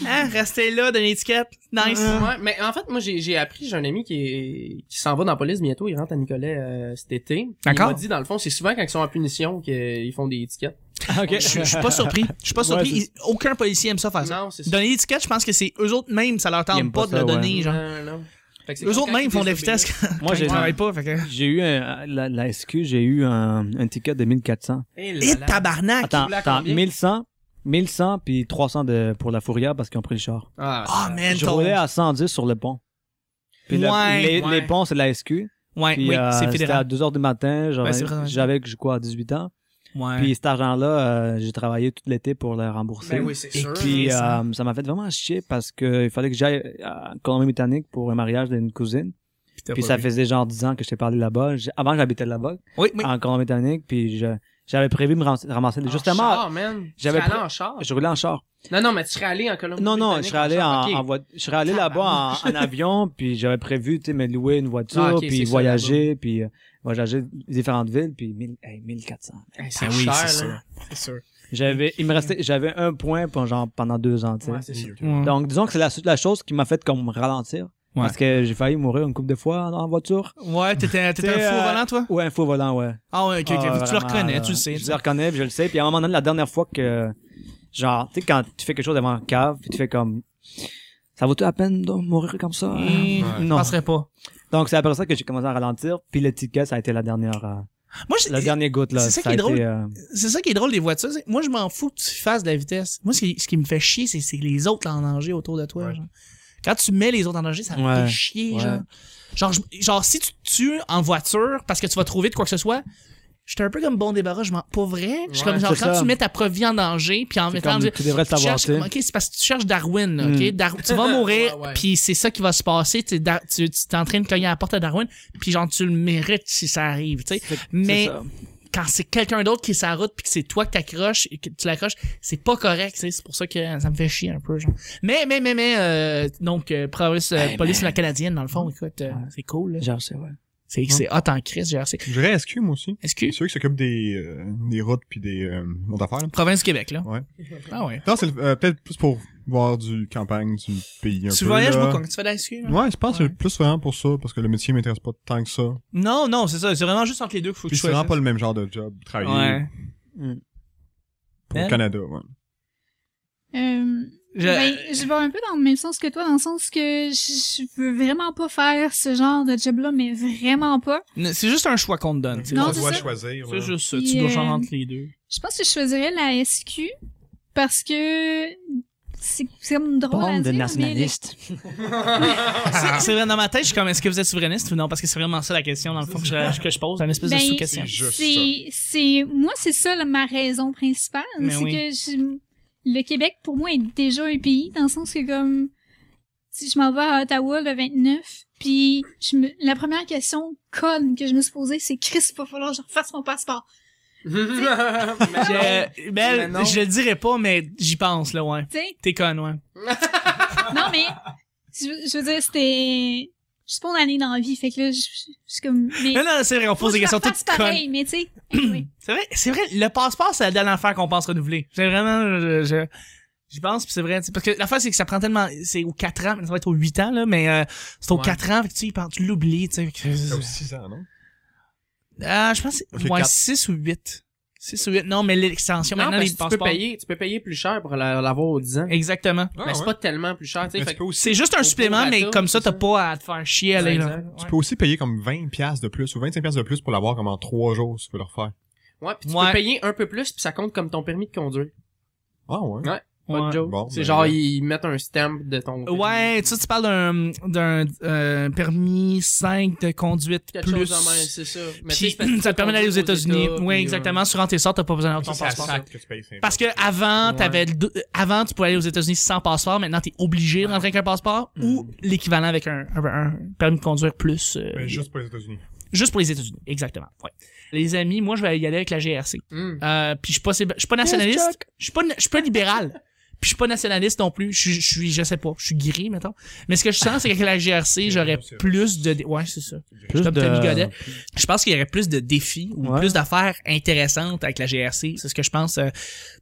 Speaker 4: Hein, restez là, donnez l'étiquette. Nice.
Speaker 1: Ouais, mais en fait, moi, j'ai j'ai appris, j'ai un ami qui est- qui s'en va dans la police bientôt, il rentre à Nicolet euh, cet été. Puis
Speaker 4: D'accord.
Speaker 1: Il m'a dit, dans le fond, c'est souvent quand ils sont en punition qu'ils font des étiquettes.
Speaker 5: Ok.
Speaker 4: Je, je suis pas surpris. Je suis pas surpris.
Speaker 5: Ouais,
Speaker 4: Ils- Aucun policier aime ça faire ça.
Speaker 1: Non, c'est ça.
Speaker 4: Donner l'étiquette, je pense que c'est eux autres même, ça leur
Speaker 5: Ils
Speaker 4: tente
Speaker 5: aiment
Speaker 4: pas,
Speaker 5: pas
Speaker 4: de
Speaker 5: ça,
Speaker 4: le
Speaker 5: ouais.
Speaker 4: donner, genre.
Speaker 1: Non, non. Fait que c'est
Speaker 4: Eux
Speaker 1: comme
Speaker 4: autres
Speaker 1: quand
Speaker 4: même
Speaker 1: ils
Speaker 4: font de la vitesse
Speaker 1: désobéissent.
Speaker 4: quand
Speaker 5: Moi,
Speaker 4: ils
Speaker 5: j'ai,
Speaker 4: travaillent pas, fait que...
Speaker 5: j'ai eu un, la, la SQ, j'ai eu un, un ticket de 1400.
Speaker 1: Eh là
Speaker 4: Et
Speaker 1: là.
Speaker 4: tabarnak!
Speaker 5: Attends,
Speaker 1: roulait à
Speaker 5: attends,
Speaker 1: combien?
Speaker 5: 1100, 1100 puis 300 de, pour la fourrière parce qu'ils ont pris le char.
Speaker 1: Ah,
Speaker 4: Ah,
Speaker 1: ça-
Speaker 4: man,
Speaker 5: Je
Speaker 4: ton...
Speaker 5: roulais à 110 sur le pont. Puis le-
Speaker 4: Ouais,
Speaker 5: les,
Speaker 1: ouais.
Speaker 5: les ponts, c'est de la SQ.
Speaker 4: Ouais,
Speaker 5: Puis,
Speaker 4: oui,
Speaker 5: euh,
Speaker 4: c'est
Speaker 5: c'était à
Speaker 4: fédéral.
Speaker 5: 2 heures du matin. J'avais,
Speaker 4: Ouais, c'est vrai.
Speaker 5: j'avais que j'ai quoi, 18 ans.
Speaker 4: Ouais.
Speaker 5: Puis cet argent-là, euh, j'ai travaillé tout l'été pour le rembourser.
Speaker 1: Ben oui, c'est
Speaker 4: Et
Speaker 1: sûr.
Speaker 4: qui-
Speaker 5: Puis
Speaker 4: c'est ça.
Speaker 5: euh, ça m'a fait vraiment chier parce que il fallait que j'aille en Colombie-Britannique pour un mariage d'une cousine.
Speaker 4: Ben
Speaker 5: Puis ça faisait genre 10 ans que je t'ai parlé là-bas. J'ai- Avant, j'habitais là-bas,
Speaker 4: Oui, oui.
Speaker 5: en Colombie-Britannique. Puis je- j'avais prévu de me ram- ramasser.
Speaker 1: En
Speaker 5: justement,
Speaker 1: char, man.
Speaker 5: j'avais
Speaker 1: Tu serais allé
Speaker 5: pris-
Speaker 1: en char.
Speaker 5: je roulais en char.
Speaker 1: Non, non, mais tu serais allé en Colombie.
Speaker 5: Non, non, je serais allé en, en voit- Je serais allé là-bas en, en avion, puis j'avais prévu, tu sais, me louer une voiture,
Speaker 1: Ah, ok, c'est
Speaker 5: puis
Speaker 1: ça,
Speaker 5: voyager, puis euh, voyager différentes villes, puis 1000, hey, 1400.
Speaker 1: C'est
Speaker 4: Ben oui,
Speaker 1: cher,
Speaker 4: c'est
Speaker 1: là.
Speaker 4: sûr. C'est sûr.
Speaker 5: J'avais, il me restait, j'avais un point pour genre pendant deux ans, tu sais.
Speaker 1: Ouais, c'est sûr.
Speaker 4: Ouais.
Speaker 5: Donc, disons que c'est la, la chose qui m'a fait comme ralentir. Parce que j'ai failli mourir une couple de fois en, en voiture.
Speaker 4: Ouais, t'étais t'étais
Speaker 5: T'es,
Speaker 4: un faux
Speaker 5: euh,
Speaker 4: volant, toi?
Speaker 5: Ouais, un faux volant, ouais.
Speaker 4: Ah ouais, ok, ok.
Speaker 5: Ah,
Speaker 4: tu le
Speaker 5: vraiment,
Speaker 4: reconnais,
Speaker 5: euh,
Speaker 4: tu le sais. tu
Speaker 5: Je
Speaker 4: sais.
Speaker 5: le reconnais, puis je le sais. Puis à un moment donné, la dernière fois que, genre, tu sais, quand tu fais quelque chose devant un cave, puis tu fais comme, ça vaut-tu la peine de mourir comme ça?
Speaker 4: Hum,
Speaker 2: Ouais.
Speaker 4: Je
Speaker 5: Non.
Speaker 4: penserais pas.
Speaker 5: Donc, c'est après ça que j'ai commencé à ralentir, puis le ticket, ça a été la dernière, euh,
Speaker 4: Moi, j'ai-
Speaker 5: la dernière goutte, là.
Speaker 4: c'est ça qui
Speaker 5: a
Speaker 4: est drôle.
Speaker 5: Été, euh,
Speaker 4: c'est ça qui est drôle des voitures. c'est- Moi, je m'en fous que tu fasses de la vitesse. Moi, ce qui, ce qui me fait chier, c'est, c'est les autres en danger autour de toi.
Speaker 2: Ouais.
Speaker 4: genre. Quand tu mets les autres en danger, ça me
Speaker 5: Ouais.
Speaker 4: fait chier.
Speaker 5: Ouais.
Speaker 4: Genre. Genre, je- genre, si tu te tues en voiture parce que tu vas trop vite, quoi que ce soit, j'étais un peu comme bon débarras. Je m'en. Pas vrai? Je suis
Speaker 1: Ouais,
Speaker 4: comme genre,
Speaker 5: c'est
Speaker 4: quand
Speaker 5: ça.
Speaker 4: tu mets ta propre vie en danger, puis en
Speaker 5: c'est
Speaker 4: mettant en
Speaker 5: comme,
Speaker 4: danger-
Speaker 5: tu devrais le
Speaker 4: tu
Speaker 5: savoir,
Speaker 4: cherches-
Speaker 5: tu sais.
Speaker 4: ok, c'est parce que tu cherches Darwin,
Speaker 5: Mm.
Speaker 4: ok? Dar- tu vas mourir,
Speaker 1: Ouais, ouais.
Speaker 4: puis c'est ça qui va se passer. Tu, es Dar- tu, tu t'es en train de cogner à la porte à Darwin, puis genre, tu le mérites si ça arrive, tu sais.
Speaker 5: Fait que c'est
Speaker 4: Mais
Speaker 5: ça.
Speaker 4: quand c'est quelqu'un d'autre qui est sur la route puis que c'est toi que t'accroches et que tu l'accroches, c'est pas correct, tu sais, c'est pour ça que ça me fait chier un peu genre. Mais mais mais mais euh, donc euh, police euh,
Speaker 5: Hey,
Speaker 4: police la canadienne dans le fond, écoute, euh, c'est cool là.
Speaker 5: Genre, c'est, ouais.
Speaker 4: C'est c'est hot en crise, GRC.
Speaker 2: Je dirais SQ, moi aussi. C'est
Speaker 4: Excuse.
Speaker 2: ceux qui s'occupent des, euh, des routes puis des euh, autres affaires. là.
Speaker 4: Province du Québec, là.
Speaker 2: Ouais.
Speaker 4: Ah ouais.
Speaker 2: Non, c'est le- euh, peut-être plus pour voir du campagne, du pays un
Speaker 4: Tu
Speaker 2: peu.
Speaker 4: voyages
Speaker 2: là.
Speaker 4: beaucoup quand tu fais de la SQ, là?
Speaker 2: Ouais, je pense que
Speaker 4: Ouais.
Speaker 2: c'est plus vraiment pour ça, parce que le métier m'intéresse pas tant que ça.
Speaker 4: Non, non, c'est ça. C'est vraiment juste entre les deux qu'il faut que
Speaker 2: Puis
Speaker 4: tu
Speaker 2: c'est vraiment
Speaker 4: choisisses.
Speaker 2: pas le même genre de job, travailler
Speaker 4: Ouais.
Speaker 2: pour
Speaker 4: Ben.
Speaker 2: le Canada, ouais.
Speaker 3: Euh,
Speaker 4: Je-
Speaker 3: ben, je vais un peu dans le même sens que toi, dans le sens que je je veux vraiment pas faire ce genre de job-là, mais vraiment pas.
Speaker 4: Ne- C'est juste un choix qu'on te donne.
Speaker 3: Non, c'est ça.
Speaker 2: choisir.
Speaker 4: C'est juste ça.
Speaker 3: Puis,
Speaker 4: Tu dois
Speaker 3: euh,
Speaker 4: choisir entre les deux.
Speaker 3: Je pense que je choisirais la SQ parce que c'est c'est comme drôle à dire,
Speaker 5: Bande de
Speaker 3: mais le-
Speaker 5: nationalistes.
Speaker 4: C'est- C'est vrai, dans ma tête, je suis comme, est-ce que vous êtes souverainiste ou non? Parce que c'est vraiment ça la question, dans le fond, que je, que je pose, une espèce
Speaker 3: Ben,
Speaker 4: de sous-question.
Speaker 2: c'est juste
Speaker 3: c'est c'est moi c'est ça là, ma raison principale
Speaker 4: Mais
Speaker 3: c'est
Speaker 4: oui.
Speaker 3: que je- le Québec pour moi est déjà un pays dans le sens que comme si je m'en vais à Ottawa le 29 puis je me, la première question conne que je me suis posée c'est Chris il va falloir que je refasse mon passeport
Speaker 4: Je, ben,
Speaker 1: Mais non.
Speaker 4: je le dirais pas, mais j'y pense, là, ouais.
Speaker 3: tu sais
Speaker 4: T'es con, ouais.
Speaker 3: non mais je, je veux dire c'était je suis spontanée dans la vie fait que là je, je- je suis comme mais
Speaker 4: Non, non, c'est vrai, on
Speaker 3: faut
Speaker 4: pose des
Speaker 3: que je
Speaker 4: questions
Speaker 3: la
Speaker 4: toutes
Speaker 3: refasse
Speaker 4: connes.
Speaker 3: pareil mais tu sais anyway.
Speaker 4: C'est vrai, c'est vrai, le passeport, c'est la dernière affaire qu'on pense renouveler. C'est vraiment, je, je- j'y pense, pis c'est vrai. tu sais, Parce que l'affaire, c'est que ça prend tellement, c'est aux 4 ans, mais ça va être aux 8 ans, là, mais euh, c'est aux
Speaker 1: Ouais.
Speaker 4: 4 ans, fait que tu, sais, par- tu l'oublies, tu sais. fait que-
Speaker 2: 6 ans, non?
Speaker 1: Oh.
Speaker 4: Ah, je
Speaker 2: Ok,
Speaker 4: pense, que c'est- ouais,
Speaker 2: quatre.
Speaker 4: 6 ou 8. 6 ou 8, non, mais l'extension,
Speaker 1: Non,
Speaker 4: maintenant,
Speaker 1: parce
Speaker 4: les
Speaker 1: que tu peux
Speaker 4: passeports.
Speaker 1: payer, tu peux payer plus cher pour la- l'avoir aux 10 ans.
Speaker 4: Exactement.
Speaker 2: Ah,
Speaker 1: mais Ben, c'est pas tellement plus cher, tu sais.
Speaker 2: Mais
Speaker 1: fait
Speaker 2: Ben,
Speaker 1: que-
Speaker 2: tu peux aussi,
Speaker 4: C'est juste un
Speaker 1: Au
Speaker 4: supplément, mais
Speaker 1: prorata,
Speaker 4: comme ça,
Speaker 1: c'est
Speaker 4: t'as
Speaker 1: ça.
Speaker 4: pas à te faire chier à aller, là.
Speaker 1: Exact.
Speaker 2: tu peux aussi payer comme 20 piastres de plus ou 25 piastres de plus pour l'avoir comme en 3 jours, si tu veux le refaire.
Speaker 1: Ouais, puis tu
Speaker 4: Ouais.
Speaker 1: peux payer un peu plus, puis ça compte comme ton permis de conduire.
Speaker 2: Ah ouais.
Speaker 1: Ouais. Pas
Speaker 4: Ouais.
Speaker 1: de joke.
Speaker 2: Bon,
Speaker 1: c'est
Speaker 2: ben,
Speaker 1: genre,
Speaker 2: ouais.
Speaker 1: ils mettent un stamp de ton... permis.
Speaker 4: Ouais, tu sais, tu parles d'un, d'un euh, permis 5 de conduite
Speaker 1: Quelque
Speaker 4: plus.
Speaker 1: chose de même, c'est ça. Mais tu sais,
Speaker 4: Puis,
Speaker 1: c'est parce que
Speaker 4: ça te permet d'aller aux
Speaker 1: conduis
Speaker 4: États-Unis.
Speaker 1: États,
Speaker 4: oui,
Speaker 1: puis, euh,
Speaker 4: exactement. Sur tes sort, t'as pas besoin d'avoir ton
Speaker 2: Ça, c'est la
Speaker 4: passeport.
Speaker 2: sac que tu payes, c'est
Speaker 4: Parce que
Speaker 2: vrai.
Speaker 4: avant,
Speaker 1: Ouais.
Speaker 4: t'avais le dou- euh, avant, tu pouvais aller aux États-Unis sans passeport. Maintenant, t'es obligé de rentrer avec un passeport
Speaker 1: Hmm.
Speaker 4: ou l'équivalent avec un, un- un permis de conduire plus. euh,
Speaker 2: Ben, juste pour les États-Unis.
Speaker 4: juste pour les États-Unis. Exactement. Ouais. Les amis, moi, je vais y aller avec la GRC.
Speaker 1: Hum.
Speaker 4: Euh, puis je suis pas, sé- je suis pas nationaliste. Je suis pas, na- je suis pas libéral. Puis je suis pas nationaliste non plus. Je suis, je suis, je sais pas, je suis gris, mettons. Mais ce que je sens, c'est qu'avec la GRC, j'aurais
Speaker 2: c'est vrai.
Speaker 4: plus de, dé- ouais, c'est ça.
Speaker 5: Plus
Speaker 4: Comme
Speaker 5: de-
Speaker 4: Tommy Godet. Je pense qu'il y aurait plus de défis ou
Speaker 5: Ouais.
Speaker 4: plus d'affaires intéressantes avec la GRC. C'est ce que je pense. euh, je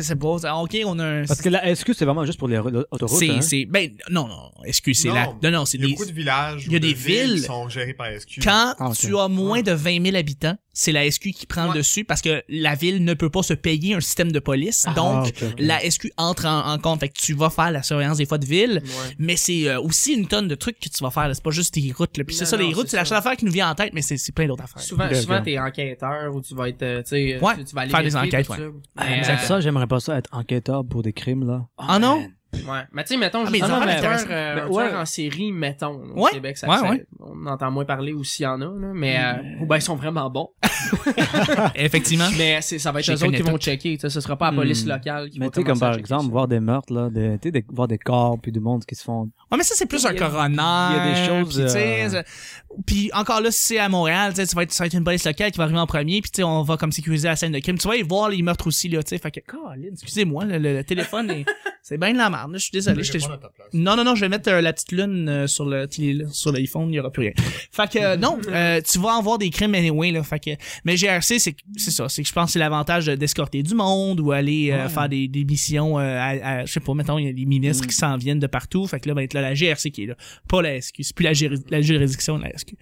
Speaker 4: sais pas. c'est- Ok, on a un.
Speaker 5: Parce que la SQ, c'est vraiment juste pour les ro- autoroutes.
Speaker 4: c'est,
Speaker 5: hein.
Speaker 4: c'est, ben, non, non, excuse, c'est
Speaker 2: Non,
Speaker 4: la, non, non, c'est
Speaker 2: Il y a
Speaker 4: des,
Speaker 2: beaucoup de villages.
Speaker 4: il y a
Speaker 2: ou de
Speaker 4: des villes
Speaker 2: qui sont gérées par SQ.
Speaker 4: quand
Speaker 5: Ah, ok.
Speaker 4: tu as moins de 20 000 habitants, c'est la SQ qui prend le
Speaker 1: Ouais.
Speaker 4: dessus parce que la ville ne peut pas se payer un système de police. donc,
Speaker 5: Ah, ok,
Speaker 1: Mm.
Speaker 5: ok.
Speaker 4: la SQ entre en, en compte. Fait que tu vas faire la surveillance des fois de ville,
Speaker 1: Ouais.
Speaker 4: mais c'est euh, aussi une tonne de trucs que tu vas faire. là. C'est pas juste tes routes. là. Puis c'est
Speaker 1: Non,
Speaker 4: ça, les
Speaker 1: non,
Speaker 4: routes,
Speaker 1: c'est
Speaker 4: c'est la
Speaker 1: ça.
Speaker 4: seule affaire qui nous vient en tête, mais c'est c'est plein d'autres affaires.
Speaker 1: Souvent,
Speaker 5: Ok,
Speaker 1: souvent
Speaker 5: ok.
Speaker 1: t'es enquêteur ou tu vas être, euh, tu sais,
Speaker 4: Ouais,
Speaker 1: tu, tu vas aller
Speaker 4: faire des
Speaker 1: vérifier,
Speaker 4: enquêtes,
Speaker 1: tout
Speaker 4: ouais.
Speaker 1: ça. Mais,
Speaker 4: exact.
Speaker 1: euh,
Speaker 5: Ah, Ça, j'aimerais pas ça être enquêteur pour des crimes, là.
Speaker 4: Ah non?
Speaker 1: Ouais. Mais tu sais, mettons,
Speaker 4: Ah,
Speaker 1: ah, mais
Speaker 4: mais ils en
Speaker 1: un
Speaker 4: parlent
Speaker 1: tueur,
Speaker 4: intéressant.
Speaker 1: euh,
Speaker 4: Ben,
Speaker 1: un
Speaker 4: ouais.
Speaker 1: tueur en série, mettons, au
Speaker 4: Ouais.
Speaker 1: Québec, ça,
Speaker 4: Ouais,
Speaker 1: ça-
Speaker 4: ouais.
Speaker 1: on entend moins parler ou s'il y en a, là, mais euh, ou ben, ils sont vraiment bons.
Speaker 4: Effectivement.
Speaker 1: mais c'est, ça va être
Speaker 4: Je les
Speaker 1: eux autres
Speaker 4: connais
Speaker 1: qui vont
Speaker 4: toutes.
Speaker 1: checker, tu sais, ce sera pas la police
Speaker 5: Hmm.
Speaker 1: locale qui
Speaker 5: Mais
Speaker 1: va
Speaker 5: tu sais, comme
Speaker 1: commencer à
Speaker 5: par
Speaker 1: checker
Speaker 5: exemple,
Speaker 1: ça.
Speaker 5: voir des meurtres, là, de, tu sais, des- voir des corps, puis du monde qui se font...
Speaker 4: Ouais, mais ça, c'est plus un
Speaker 1: Il y a-
Speaker 4: coroner.
Speaker 5: il y a des choses,
Speaker 4: Puis, tu sais,
Speaker 5: euh,
Speaker 4: ça- puis encore là, si c'est à Montréal, tu sais, ça va être, ça va être une police locale qui va arriver en premier, puis tu sais, on va comme sécuriser la scène de crime. Tu vas y voir les meurtres aussi, là, tu sais. Fait que, Colin, excusez-moi, le, le- le téléphone, est- c'est bien de la merde, là, Je suis désolé. je t'ai- Non, non, non, je vais mettre euh, la petite lune euh, sur le télé- sur l'iPhone, il y aura plus rien. Fait que euh, non, euh, tu vas en voir des crimes anyway là, fait que mais GRC c'est c'est ça, c'est que je pense que c'est l'avantage de- d'escorter du monde ou aller euh, faire des, des missions euh, à, à- je sais pas, mettons il y a des ministres qui s'en viennent de partout, fait que là ben là la GRC qui est là, pas la SQ, c'est plus la, juri- la juridiction de la SQ.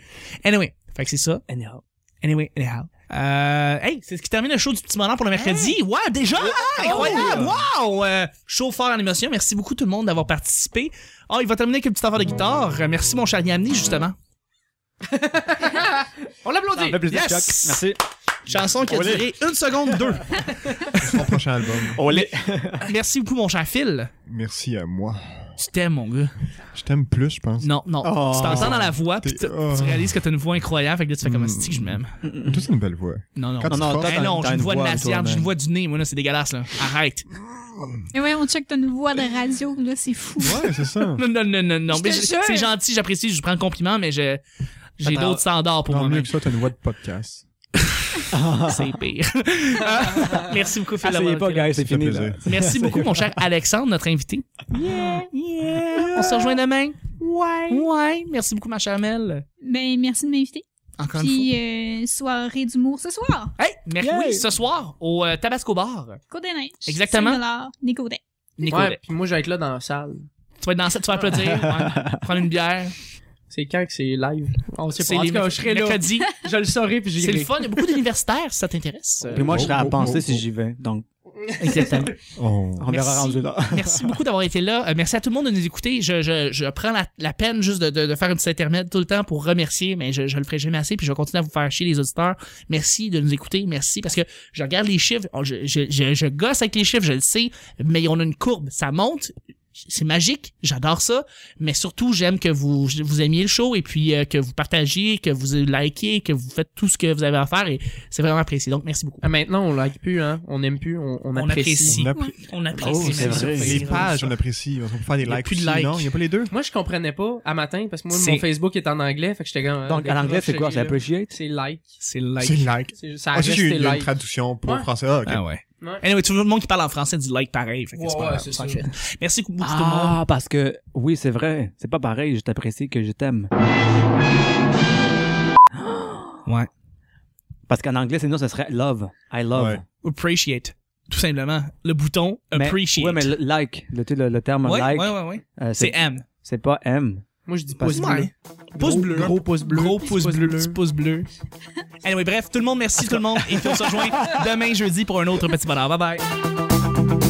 Speaker 4: Anyway, fait que c'est ça.
Speaker 5: Anyhow.
Speaker 4: Anyway, anyhow. Euh, hey, c'est ce qui termine le show du petit bonheur pour le mercredi. Ouais, déjà! incroyable! Wow! Euh, show fort en émotion. Merci beaucoup tout le monde d'avoir participé. Ah, il va terminer avec une petite affaire de guitare. Euh, Merci mon cher Yamni, justement.
Speaker 1: On l'applaudit!
Speaker 4: plaisir, Yes! Chuck. Merci. Chanson qui a
Speaker 2: Olé.
Speaker 4: duré une seconde deux.
Speaker 2: Son prochain album.
Speaker 4: Merci beaucoup mon cher Phil.
Speaker 2: Merci à moi.
Speaker 4: Tu t'aimes, mon gars.
Speaker 2: Je t'aime plus, je pense.
Speaker 4: Non, non.
Speaker 5: Oh.
Speaker 4: tu t'entends dans la voix, puis
Speaker 2: T'es-
Speaker 4: tu
Speaker 2: oh.
Speaker 4: tu réalises que t'as une voix incroyable, fait que là, tu fais comme
Speaker 2: Mm.
Speaker 4: si que je m'aime.
Speaker 2: Tout c'est une belle voix.
Speaker 4: Non, non.
Speaker 2: Quand
Speaker 5: Non,
Speaker 2: tu
Speaker 5: non,
Speaker 2: te
Speaker 5: toi,
Speaker 2: fasses-
Speaker 4: Ben
Speaker 5: t'as-
Speaker 4: non,
Speaker 5: t'as
Speaker 4: j'ai une voix de
Speaker 5: toi,
Speaker 4: nasillarde, j'ai
Speaker 5: man.
Speaker 4: une voix du nez, moi là, c'est dégueulasse là. Arrête.
Speaker 3: et ouais on check t'as une voix de radio là c'est fou
Speaker 2: Ouais, c'est ça.
Speaker 4: Non, non, non, non, non.
Speaker 3: Je
Speaker 4: mais
Speaker 3: te
Speaker 4: je-
Speaker 3: jure.
Speaker 4: C'est gentil, j'apprécie, je prends le compliment, mais je, j'ai
Speaker 5: Attends.
Speaker 4: d'autres standards pour
Speaker 2: Non,
Speaker 4: moi.
Speaker 2: mieux que ça, t'as une voix de podcast.
Speaker 4: C'est pire. Ah, Merci beaucoup, Phil.
Speaker 5: Essayez
Speaker 4: d'avoir
Speaker 5: pas,
Speaker 4: été là.
Speaker 5: guys, c'est
Speaker 2: Ça fait
Speaker 5: fini, là.
Speaker 2: plaisir.
Speaker 4: Merci beaucoup, mon cher Alexandre, notre invité. Yeah, yeah. On se rejoint demain. Ouais. Ouais. Merci beaucoup, ma chère Mel.
Speaker 3: ben merci de m'inviter
Speaker 4: Encore une fois.
Speaker 3: Puis euh, soirée d'humour ce soir.
Speaker 4: Hey, mercredi,
Speaker 5: Yay!
Speaker 4: ce soir, au euh, Tabasco Bar.
Speaker 3: Côte des Neiges.
Speaker 4: Exactement.
Speaker 3: 5 Nicodet.
Speaker 4: Nico,
Speaker 1: Ouais, puis moi, je vais être là dans la salle.
Speaker 4: tu vas être dans ça, tu vas applaudir, ouais, prendre une bière.
Speaker 1: C'est quand que c'est live? On sait
Speaker 4: C'est
Speaker 1: pas. En
Speaker 4: les
Speaker 1: tout cas, je serai là.
Speaker 4: mercredis.
Speaker 1: Je le saurai, puis
Speaker 4: C'est
Speaker 1: j'irai.
Speaker 4: le fun. Il y a beaucoup d'universitaires, si ça t'intéresse.
Speaker 5: Puis moi, je serais à
Speaker 2: Oh, oh,
Speaker 5: penser
Speaker 2: oh,
Speaker 5: si
Speaker 2: oh.
Speaker 5: j'y vais. Donc,
Speaker 4: Exactement.
Speaker 2: Oh.
Speaker 5: on verra
Speaker 4: Merci.
Speaker 5: rendu là.
Speaker 4: Merci beaucoup d'avoir été là. Euh, merci à tout le monde de nous écouter. Je, je, je prends la, la peine juste de, de, de faire un petit intermède tout le temps pour remercier, mais je, je le ferai jamais assez, puis je vais continuer à vous faire chier les auditeurs. Merci de nous écouter, merci, parce que je regarde les chiffres, on- je, je, je, je gosse avec les chiffres, je le sais, mais on a une courbe, ça monte. C'est magique, j'adore ça, mais surtout j'aime que vous vous aimiez le show et puis euh, que vous partagiez, que vous likiez, que vous faites tout ce que vous avez à faire et c'est vraiment apprécié. Donc merci beaucoup.
Speaker 1: Ah, maintenant, on like plus, hein. On aime plus, on, on
Speaker 4: On apprécie.
Speaker 1: apprécie.
Speaker 2: On apprécie.
Speaker 4: On
Speaker 5: Oh,
Speaker 4: apprécie.
Speaker 5: c'est
Speaker 4: même
Speaker 5: vrai.
Speaker 4: sur
Speaker 2: Les
Speaker 4: Facebook.
Speaker 2: pages, on apprécie. On peut faire des
Speaker 4: Il y a
Speaker 2: likes.
Speaker 4: plus de
Speaker 2: aussi,
Speaker 4: likes.
Speaker 2: Non, il n'y a pas les deux.
Speaker 1: Moi, je comprenais pas à matin, parce que moi,
Speaker 4: C'est-
Speaker 1: mon Facebook est en anglais, fait que j'étais comme...
Speaker 5: Donc,
Speaker 1: ah,
Speaker 5: à l'anglais, c'est quoi? C'est
Speaker 1: là.
Speaker 5: appreciate?
Speaker 1: C'est like.
Speaker 4: C'est
Speaker 2: C'est
Speaker 4: like.
Speaker 2: une like.
Speaker 1: C'est- Ça
Speaker 2: Ah,
Speaker 1: reste
Speaker 2: si, j'ai eu
Speaker 1: des
Speaker 2: il y a une
Speaker 1: likes.
Speaker 2: traduction pour
Speaker 1: Ouais.
Speaker 2: français. Ah, ok.
Speaker 4: ouais.
Speaker 1: Ouais.
Speaker 4: Anyway, tout le monde qui parle en français dit like pareil. Fait que
Speaker 1: Ouais,
Speaker 4: c'est pas
Speaker 1: ouais,
Speaker 4: grave,
Speaker 1: c'est
Speaker 4: on
Speaker 1: ça.
Speaker 4: s'en fiche. Merci beaucoup tout le monde.
Speaker 5: Ah, parce que, oui, c'est vrai. C'est pas pareil. Je t'apprécie que je t'aime.
Speaker 4: Ouais.
Speaker 5: Parce qu'en anglais, sinon, ce serait love. I love.
Speaker 2: Ouais.
Speaker 4: Appreciate. Tout simplement. Le bouton
Speaker 5: Mais-
Speaker 4: appreciate.
Speaker 5: Ouais, mais le- like. Le, tu sais, le, le terme
Speaker 4: ouais,
Speaker 5: like,
Speaker 4: ouais, ouais, ouais.
Speaker 5: euh,
Speaker 4: C'est
Speaker 5: c'est,
Speaker 4: M.
Speaker 5: c'est pas M.
Speaker 1: Moi, je dis
Speaker 5: Parce-
Speaker 1: pouce bleu.
Speaker 4: Pouce
Speaker 1: Gros-
Speaker 4: bleu.
Speaker 1: Gros pouce bleu.
Speaker 4: Gros
Speaker 1: petit
Speaker 4: pouce bleu, petit pouce bleu. Anyway, bref, tout le monde, merci tout le monde. Et puis on se rejoint demain jeudi pour un autre petit bonheur. Bye bye.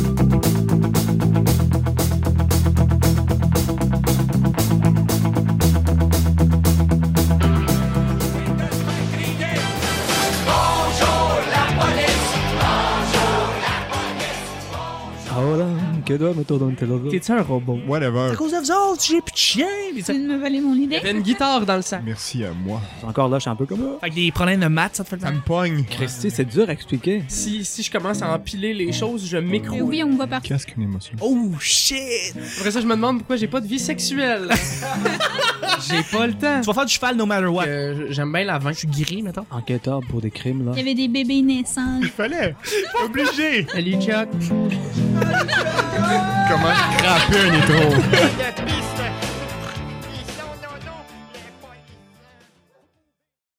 Speaker 5: que
Speaker 1: T'es-tu un robot?
Speaker 2: Whatever.
Speaker 4: cause de vous autres, j'ai plus de chien. Puis ça-
Speaker 3: Tu viens de me voler mon idée.
Speaker 1: T'as une guitare dans le sac.
Speaker 2: Merci à moi.
Speaker 5: Encore là, je suis un peu comme ça.
Speaker 4: Fait que des problèmes de maths, ça te fait le
Speaker 2: Ça
Speaker 4: temps.
Speaker 2: me pogne.
Speaker 5: Christy, c'est dur à expliquer.
Speaker 1: Si, si je commence à empiler les choses, je micro.
Speaker 3: Mais Euh, oui, on me voit partout.
Speaker 2: Qu'est-ce qu'une émotion?
Speaker 4: Oh shit!
Speaker 1: Après ça, je me demande pourquoi j'ai pas de vie sexuelle. j'ai pas le temps.
Speaker 4: Tu vas faire du cheval no matter what.
Speaker 1: Euh, J'aime bien la vin. Je suis
Speaker 4: Gris, mettons.
Speaker 5: Enquêteur pour des crimes, là.
Speaker 3: Il y avait des bébés naissants.
Speaker 2: Il fallait. Obligé.
Speaker 1: Salut, Chuck.
Speaker 2: Comment craper un étro?